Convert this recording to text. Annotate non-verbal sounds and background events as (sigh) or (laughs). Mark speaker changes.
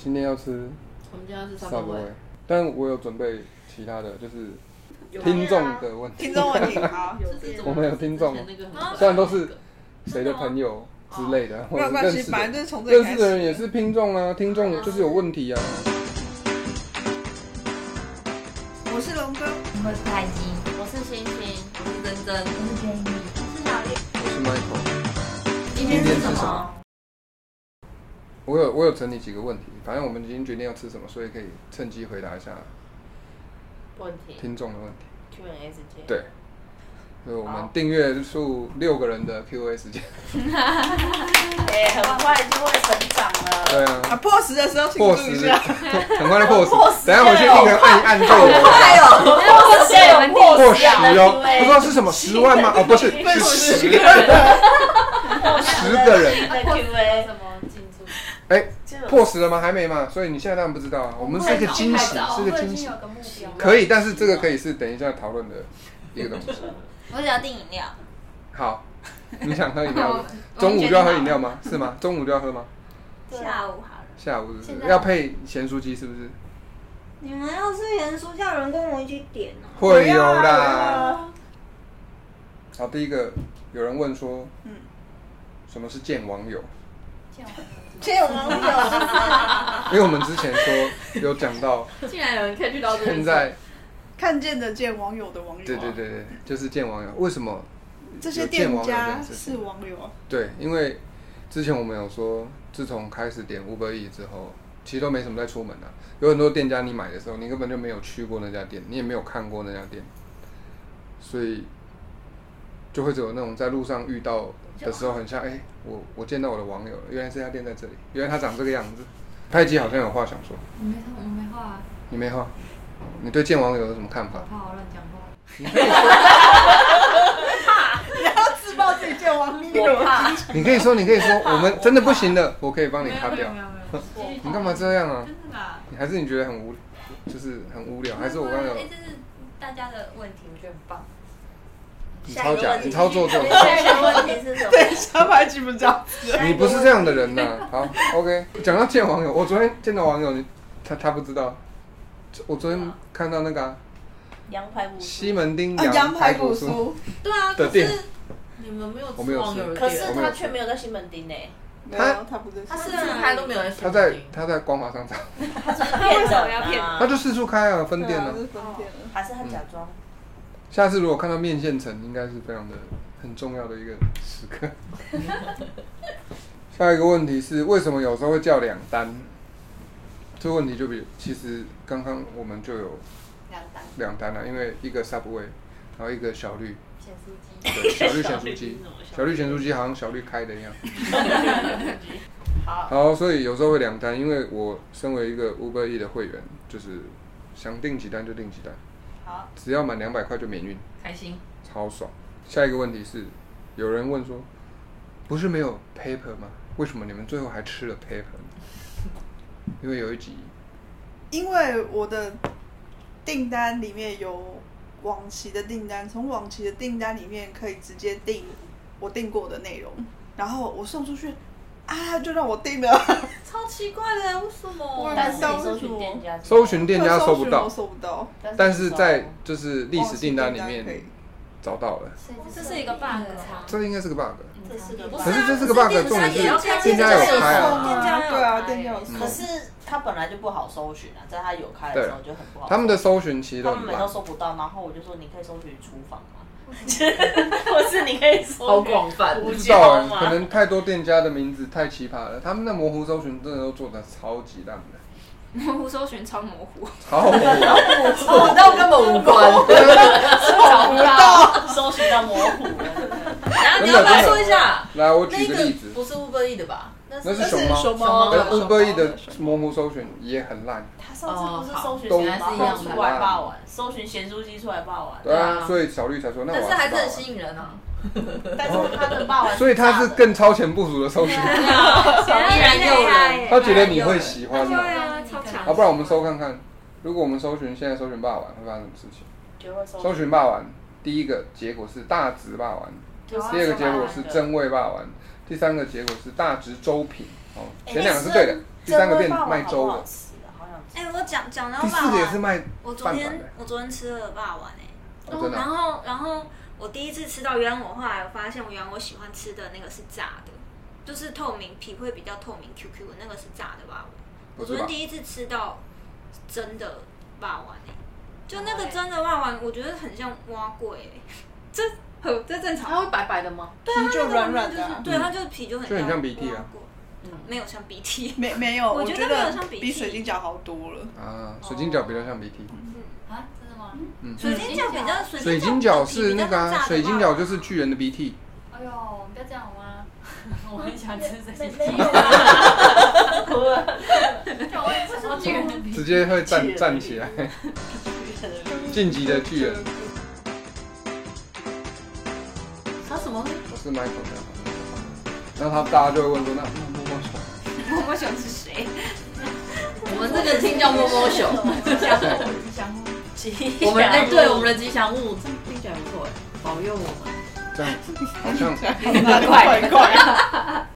Speaker 1: 今天要吃
Speaker 2: 我们今天要吃三
Speaker 1: Subway，
Speaker 2: 宝味，
Speaker 1: 但我有准备其他的，就是
Speaker 3: 有
Speaker 1: 听众的问题，
Speaker 3: 听众问题
Speaker 1: (laughs)
Speaker 3: 好，
Speaker 2: 这
Speaker 3: 有
Speaker 2: 是
Speaker 3: 变
Speaker 2: 怎
Speaker 1: 我
Speaker 2: 么
Speaker 1: 们有听众
Speaker 2: 之前那个
Speaker 3: 啊
Speaker 2: 很
Speaker 1: 虽然都是谁的朋
Speaker 2: 哦
Speaker 1: 友之类的，
Speaker 3: 没
Speaker 1: 或
Speaker 3: 有
Speaker 1: 者
Speaker 3: 关
Speaker 1: 认
Speaker 3: 系，
Speaker 1: 识
Speaker 3: 反正
Speaker 1: 的
Speaker 3: 就是从这里
Speaker 1: 认
Speaker 3: 开
Speaker 1: 识
Speaker 3: 始。
Speaker 1: 的人也是听众啊，
Speaker 2: 哦
Speaker 1: 听众就是有问题啊。
Speaker 3: 我是龙哥，
Speaker 4: 我是开机，
Speaker 2: 我是星星，我是珍珍，
Speaker 4: 我是天意。
Speaker 2: 我是小绿。
Speaker 1: 我是 Michael，
Speaker 2: 今
Speaker 1: 天
Speaker 2: 是
Speaker 1: 是什么？我有我有整理几个问题，反正我们已经决定要吃什么，所以可以趁机回答一下
Speaker 2: 问题
Speaker 1: 听众的问题。
Speaker 2: Q&A 时间。
Speaker 1: 对，所以我们订阅数六个人的 Q&A 时间。
Speaker 4: 哎、很快就会成长了。
Speaker 1: 对啊
Speaker 3: (laughs) 啊，，破十的时候请
Speaker 1: 破
Speaker 3: 注
Speaker 1: 十
Speaker 3: 一下，
Speaker 1: 很快就破
Speaker 4: 破
Speaker 1: 十，
Speaker 2: (laughs)
Speaker 4: 十
Speaker 1: 等一下回去
Speaker 4: 了
Speaker 1: 一个按按对。
Speaker 4: 快哦！我现在 (laughs) 有破
Speaker 1: 过
Speaker 4: 十
Speaker 1: 十
Speaker 4: 啊
Speaker 1: 哦，不知道是什么十万
Speaker 4: (laughs)
Speaker 1: 吗？哦，不是，
Speaker 3: 不是
Speaker 1: 是十个人，十个人。
Speaker 4: 哎
Speaker 2: 那 Q&A 什么进驻？
Speaker 1: 哎，
Speaker 4: 就
Speaker 1: 破十了吗？还没嘛，所以你现在当然不知道啊。我们是一个惊喜，
Speaker 2: 哦
Speaker 1: 是个惊喜，
Speaker 5: 个目标。
Speaker 1: 可以，但是这个可以是等一下讨论的一个东西。
Speaker 4: 我想要订饮料，
Speaker 1: 好，你想喝饮料
Speaker 4: (laughs)
Speaker 5: 我？
Speaker 1: 中午就
Speaker 4: 啊
Speaker 1: 要喝饮料吗？是吗？中午就要喝吗？
Speaker 4: 下午好了。
Speaker 1: 下午是不是
Speaker 5: 现在
Speaker 1: 要配咸酥鸡是不是？
Speaker 4: 你们要是盐酥，叫人跟我一起点哦、
Speaker 1: 会有
Speaker 3: 不要
Speaker 1: 啦。
Speaker 3: 啊
Speaker 1: 好，第一个有人问说，
Speaker 3: 嗯
Speaker 1: 什么是见网友？
Speaker 3: 这有网友
Speaker 1: (laughs) 因为我们之前说有讲
Speaker 5: (laughs)
Speaker 1: 到，
Speaker 2: 竟然有人可以去到这
Speaker 1: 现在
Speaker 3: 看见得见网友的网友，啊
Speaker 1: 对对，对对，就是见网友。为什么？
Speaker 3: 这些
Speaker 1: 有见
Speaker 3: 店
Speaker 1: 网友这
Speaker 3: 家
Speaker 1: 件事
Speaker 3: 是
Speaker 1: 情
Speaker 3: 网友，
Speaker 1: 对，因为之前我们有说，自从开始点 Uber E 之后，其实都没什么在出门啊。有很多店家你买的时候，你根本就没有去过那家店，你也没有看过那家店，所以就会只有那种在路上遇到的时候，很像哎、我我见到我的网友了，原来这家店在这里，原来他长这个样子。派基好像有话想说，
Speaker 5: 我没我没话啊，
Speaker 1: 你没话？你对见网友有什么看
Speaker 5: 我
Speaker 1: 法？
Speaker 5: 怕我乱讲话。
Speaker 3: 你要自曝自己见网友，啊 (laughs)
Speaker 4: 怕
Speaker 1: 你可
Speaker 5: (laughs)
Speaker 1: 以说，你可以说，我们真的不行了，我可以帮
Speaker 5: 没
Speaker 1: 你
Speaker 5: 有
Speaker 1: 卡
Speaker 5: 没
Speaker 1: 掉
Speaker 5: 有没。有没
Speaker 1: (laughs)
Speaker 5: 有，继续
Speaker 1: 你干嘛这样啊？
Speaker 5: 真的啦，
Speaker 1: 你还是你觉得很无，就是很无聊，还是我刚
Speaker 4: 哎、
Speaker 1: 刚有
Speaker 4: 这是大家的问题，我觉得很棒。
Speaker 1: 你
Speaker 4: 下
Speaker 1: 超
Speaker 4: 一个
Speaker 1: 假，
Speaker 4: 问题
Speaker 1: 你超
Speaker 5: (laughs)
Speaker 1: 做作，
Speaker 4: 下一个问题是什么？
Speaker 3: 小白记不
Speaker 1: (laughs)
Speaker 3: 着，
Speaker 4: (laughs)
Speaker 1: 你不是这样的人呐、好，OK，讲到见网友，我昨天见到网友，你他他不知道，我昨天看到那个、啊、
Speaker 4: 羊排骨酥。
Speaker 1: 西门町
Speaker 3: 啊，羊排骨
Speaker 1: 骨
Speaker 3: 酥，
Speaker 4: 对啊，
Speaker 1: 的
Speaker 4: 可
Speaker 1: 店
Speaker 4: 是
Speaker 2: 你们没有吃
Speaker 1: 我没有吃
Speaker 2: 网友的
Speaker 4: 可
Speaker 2: 店
Speaker 4: 是他却没有在西门町呢、
Speaker 3: 没有，他不是，啊
Speaker 4: 他
Speaker 2: 他
Speaker 4: 是
Speaker 2: 是自拍都没有人
Speaker 1: 他在他在光华商场，
Speaker 4: 他为什么要骗
Speaker 1: 他就四处开啊，分
Speaker 3: 对
Speaker 1: 店
Speaker 3: 啊
Speaker 1: 啊。
Speaker 3: 这是分店了，
Speaker 4: 还是他假装？
Speaker 1: 下次如果看到面线城，应该是非常的很重要的一个时刻。 (laughs) 下一个问题是，为什么有时候会叫两单？这个问题就比其实刚刚我们就有
Speaker 4: 两单
Speaker 1: 两单了、啊因为一个 Subway，然后一个小绿，
Speaker 4: 咸酥鸡。
Speaker 1: 对，小绿咸酥
Speaker 2: 是
Speaker 1: 鸡
Speaker 2: 什么，
Speaker 1: 小绿咸酥鸡好像小绿开的一样。
Speaker 4: 好，
Speaker 1: (laughs) 好，所以有时候会两单，因为我身为一个 Uber E 的会员，就是想订几单就订几单，
Speaker 4: 好，
Speaker 1: 只要满两百块就免运。
Speaker 2: 开心，
Speaker 1: 超爽。下一个问题是，有人问说，不是没有 paper 吗？为什么你们最后还吃了 paper 呢因为有一集，
Speaker 3: 因为我的订单里面有往期的订单，从往期的订单里面可以直接订我订过的内容，然后我送出去啊，就让我订了， (laughs)
Speaker 4: 超奇怪的，为什么
Speaker 2: 但是你搜寻店家，
Speaker 1: 搜寻店家搜不
Speaker 3: 我
Speaker 1: 到，
Speaker 3: 搜不到，
Speaker 1: 但是在就是历史订单里
Speaker 3: 往期订单可以
Speaker 1: 面找到了，
Speaker 5: 这是一个 bug
Speaker 4: 啊。
Speaker 1: 这应该是个 bug。
Speaker 3: 嗯
Speaker 4: 这是个 bug
Speaker 2: 啊
Speaker 1: 可是这是个 bug，重点
Speaker 4: 也要
Speaker 1: 是
Speaker 4: 看
Speaker 1: 店家有开啊，
Speaker 3: 店家有开对啊店家有开
Speaker 4: 可是他本来就不好搜寻啊，在他有开的时候就很不好搜。
Speaker 1: 他们的搜寻其实
Speaker 4: 他
Speaker 1: 都
Speaker 4: 们
Speaker 1: 很
Speaker 4: 每都
Speaker 1: 烂。
Speaker 4: 搜不到，然后我就说你可以搜寻厨房吗？ (laughs) 或是你可以搜
Speaker 2: 好广泛，
Speaker 1: 不
Speaker 4: 无
Speaker 1: 知道
Speaker 4: 胶
Speaker 1: 啊，可
Speaker 4: 吗？
Speaker 1: 能太多店家的名字太奇葩了，他们的模糊搜寻真的都做的超级烂的，
Speaker 5: 模糊搜寻超模糊，
Speaker 1: 好模糊。
Speaker 3: (laughs)
Speaker 2: 哦我到根本无关，
Speaker 4: 找不到，搜寻到模糊了。
Speaker 2: 然后你
Speaker 1: 真
Speaker 2: 要
Speaker 1: 的
Speaker 2: 不要说一下？
Speaker 1: 来，我举
Speaker 2: 那
Speaker 1: 个例子
Speaker 2: 个，不是 Uber E 的吧？ (laughs) 那
Speaker 1: 那是
Speaker 3: 但
Speaker 1: 熊猫，
Speaker 3: 熊猫
Speaker 1: 但
Speaker 3: 的
Speaker 1: Uber E 的
Speaker 3: 熊猫啊
Speaker 1: 模糊搜寻也很烂，
Speaker 4: 他上次不是搜寻
Speaker 1: 哦都
Speaker 4: 咸酥鸡出来霸王，搜寻咸酥鸡出来霸王，
Speaker 1: 对啊，
Speaker 2: 啊
Speaker 1: 所以小绿才说那我
Speaker 5: 但
Speaker 1: 要
Speaker 5: 是还是很
Speaker 1: 知道
Speaker 5: 吸引人啊。
Speaker 4: 但是他的霸王，
Speaker 1: 啊所以他是更超前部署的搜寻，
Speaker 5: 依然诱人
Speaker 1: 他觉得你会喜欢的，
Speaker 5: 对啊，
Speaker 1: 啊，
Speaker 5: 超强。
Speaker 1: 不然我们搜看看，如果我们搜寻现在搜寻霸王会发生什么事情？
Speaker 4: 就会搜
Speaker 1: 搜寻霸王，第一个结果是大直霸王，
Speaker 4: 啊
Speaker 1: 第二个结果是真味霸王，第三个结果是大直粥品，哦，前两个是对的，第三个
Speaker 4: 蒸
Speaker 1: 店
Speaker 4: 焖霸王
Speaker 1: 卖粥
Speaker 4: 好不好
Speaker 1: 的，
Speaker 4: 吃啊好想吃。
Speaker 6: 哎、我讲讲到
Speaker 1: 第
Speaker 6: 霸
Speaker 1: 四个也是
Speaker 6: 王，
Speaker 1: 卖
Speaker 6: 我昨
Speaker 1: 饭团
Speaker 6: 天
Speaker 1: 的，
Speaker 6: 我昨天吃了霸王哎、
Speaker 1: 哦真的
Speaker 6: 然
Speaker 1: 啊。
Speaker 6: 后然后我第一次吃到，原来我后来发现，原来我喜欢吃的那个是炸的，就是透明皮会比较透明 QQ 的那个是炸的霸王。我
Speaker 1: 不是
Speaker 6: 昨天
Speaker 1: 吧？
Speaker 6: 第一次吃到真的霸王哎、就那
Speaker 1: 哦
Speaker 6: 个真的霸王，我觉得很像蛙桂、欸，这很这正常
Speaker 2: 它
Speaker 6: 吗。
Speaker 2: 会白白的吗？
Speaker 3: 皮就软软的啊、
Speaker 6: 对，它就是皮就很
Speaker 1: 嗯就很像鼻涕啊嗯
Speaker 6: 蛙桂，没有像鼻涕。
Speaker 3: 没没有，
Speaker 6: 我
Speaker 3: 我
Speaker 6: 觉得没有像鼻涕
Speaker 3: 比水晶饺好多了。
Speaker 1: 啊，水晶饺比较像鼻涕，
Speaker 2: 啊，真的吗？
Speaker 1: 嗯，
Speaker 6: 水晶饺比较
Speaker 1: 水
Speaker 6: 水
Speaker 1: 晶
Speaker 6: 饺
Speaker 1: 饺是那个啊、水晶饺就是巨人的鼻涕，
Speaker 5: 哎呦，不要这样好
Speaker 2: (laughs)
Speaker 5: 吗？
Speaker 4: 我很想吃这些，
Speaker 5: 没有啊，
Speaker 4: 哭了。
Speaker 5: 我也不知道这个人
Speaker 1: 直接会
Speaker 4: 巨人
Speaker 1: 站
Speaker 4: 的
Speaker 1: 站
Speaker 4: 鼻
Speaker 1: 起
Speaker 4: 涕
Speaker 1: 来，晋级的巨
Speaker 3: (laughs)
Speaker 1: 人，
Speaker 2: 它什么？
Speaker 1: 我是 Michael 的。然后他大家就会问说，那那摸摸手，
Speaker 6: 我我喜欢吃谁？
Speaker 2: (laughs) 我们这个听叫摸摸
Speaker 4: (laughs)
Speaker 2: 熊。
Speaker 4: 吉
Speaker 2: 我们哎、
Speaker 4: 祥
Speaker 2: 对，
Speaker 4: 物
Speaker 2: 我们的吉祥物，这听起来不错哎，保佑我们。
Speaker 1: 这样好像
Speaker 3: 快快！